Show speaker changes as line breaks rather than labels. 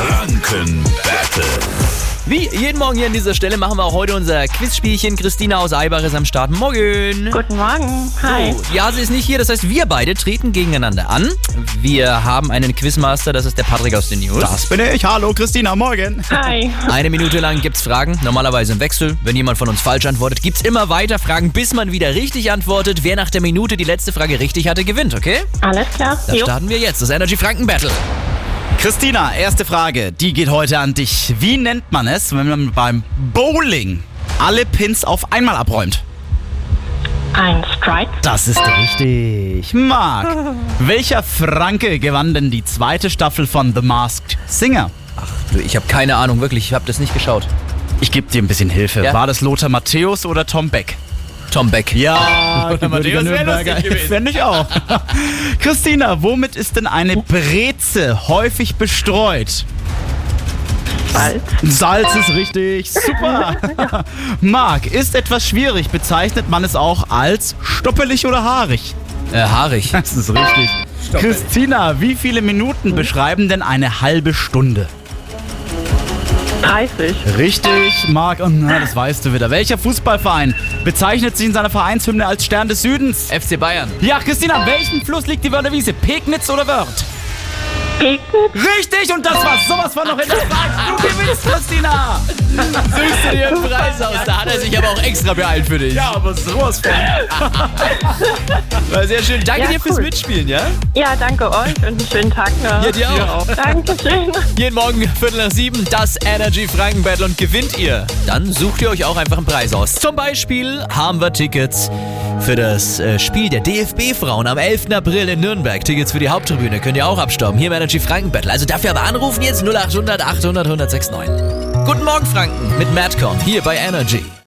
Franken Battle.
Wie jeden Morgen hier an dieser Stelle machen wir auch heute unser Quizspielchen. Christina aus Eibach ist am Start. Morgen!
Guten Morgen. Hi.
So, ja, sie ist nicht hier, das heißt, wir beide treten gegeneinander an. Wir haben einen Quizmaster, das ist der Patrick aus den News.
Das bin ich. Hallo, Christina, morgen.
Hi.
Eine Minute lang gibt's Fragen, normalerweise im Wechsel. Wenn jemand von uns falsch antwortet, gibt's immer weiter Fragen, bis man wieder richtig antwortet. Wer nach der Minute die letzte Frage richtig hatte, gewinnt, okay?
Alles klar.
Dann starten wir jetzt, das Energy Franken Battle.
Christina, erste Frage, die geht heute an dich. Wie nennt man es, wenn man beim Bowling alle Pins auf einmal abräumt?
Ein Strike.
Das ist richtig. Marc, welcher Franke gewann denn die zweite Staffel von The Masked Singer?
Du, Also, ich habe keine Ahnung, wirklich, ich habe das nicht geschaut.
Ich gebe dir ein bisschen Hilfe.
Ja.
War das Lothar Matthäus oder Tom Beck?
Tom Beck.
Ja, Lothar wär
gebürtiger Nürnberger.
lustig gewesen. Fände ich auch. Christina, womit ist denn eine Breze häufig bestreut?
Salz.
Salz ist richtig, super. Marc, ist etwas schwierig, bezeichnet man es auch als stoppelig oder haarig?
Äh, haarig.
Das ist richtig. Christina, wie viele Minuten beschreiben denn eine halbe Stunde?
30.
Richtig, Marc, oh na, das weißt du wieder. Welcher Fußballverein bezeichnet sich in seiner Vereinshymne als Stern des Südens?
FC Bayern.
Ja, Christina, an welchem Fluss liegt die Wörner Wiese? Pegnitz oder Wörth?
Gegnet.
Richtig, und das war sowas von noch in der Frage. Du gewinnst, Christina.
Süß dir den Preis aus. Da hat er sich aber auch extra beeilt für dich.
Ja, aber sowas von.
Äh, Sehr schön. Danke
Ja,
dir fürs
cool.
Mitspielen, ja?
Ja, danke euch und einen schönen Tag noch.
Ja, dir auch.
Dankeschön.
Jeden Morgen Viertel nach sieben das Energy Franken Battle und gewinnt ihr. Dann sucht ihr euch auch einfach einen Preis aus. Zum Beispiel haben wir Tickets für das äh, Spiel der DFB-Frauen am 11. April in Nürnberg. Tickets für die Haupttribüne könnt ihr auch abstauben. Hier im Energy Franken Battle. Also dafür aber anrufen jetzt 0800 800 1069. Guten Morgen Franken mit Madcom hier bei Energy.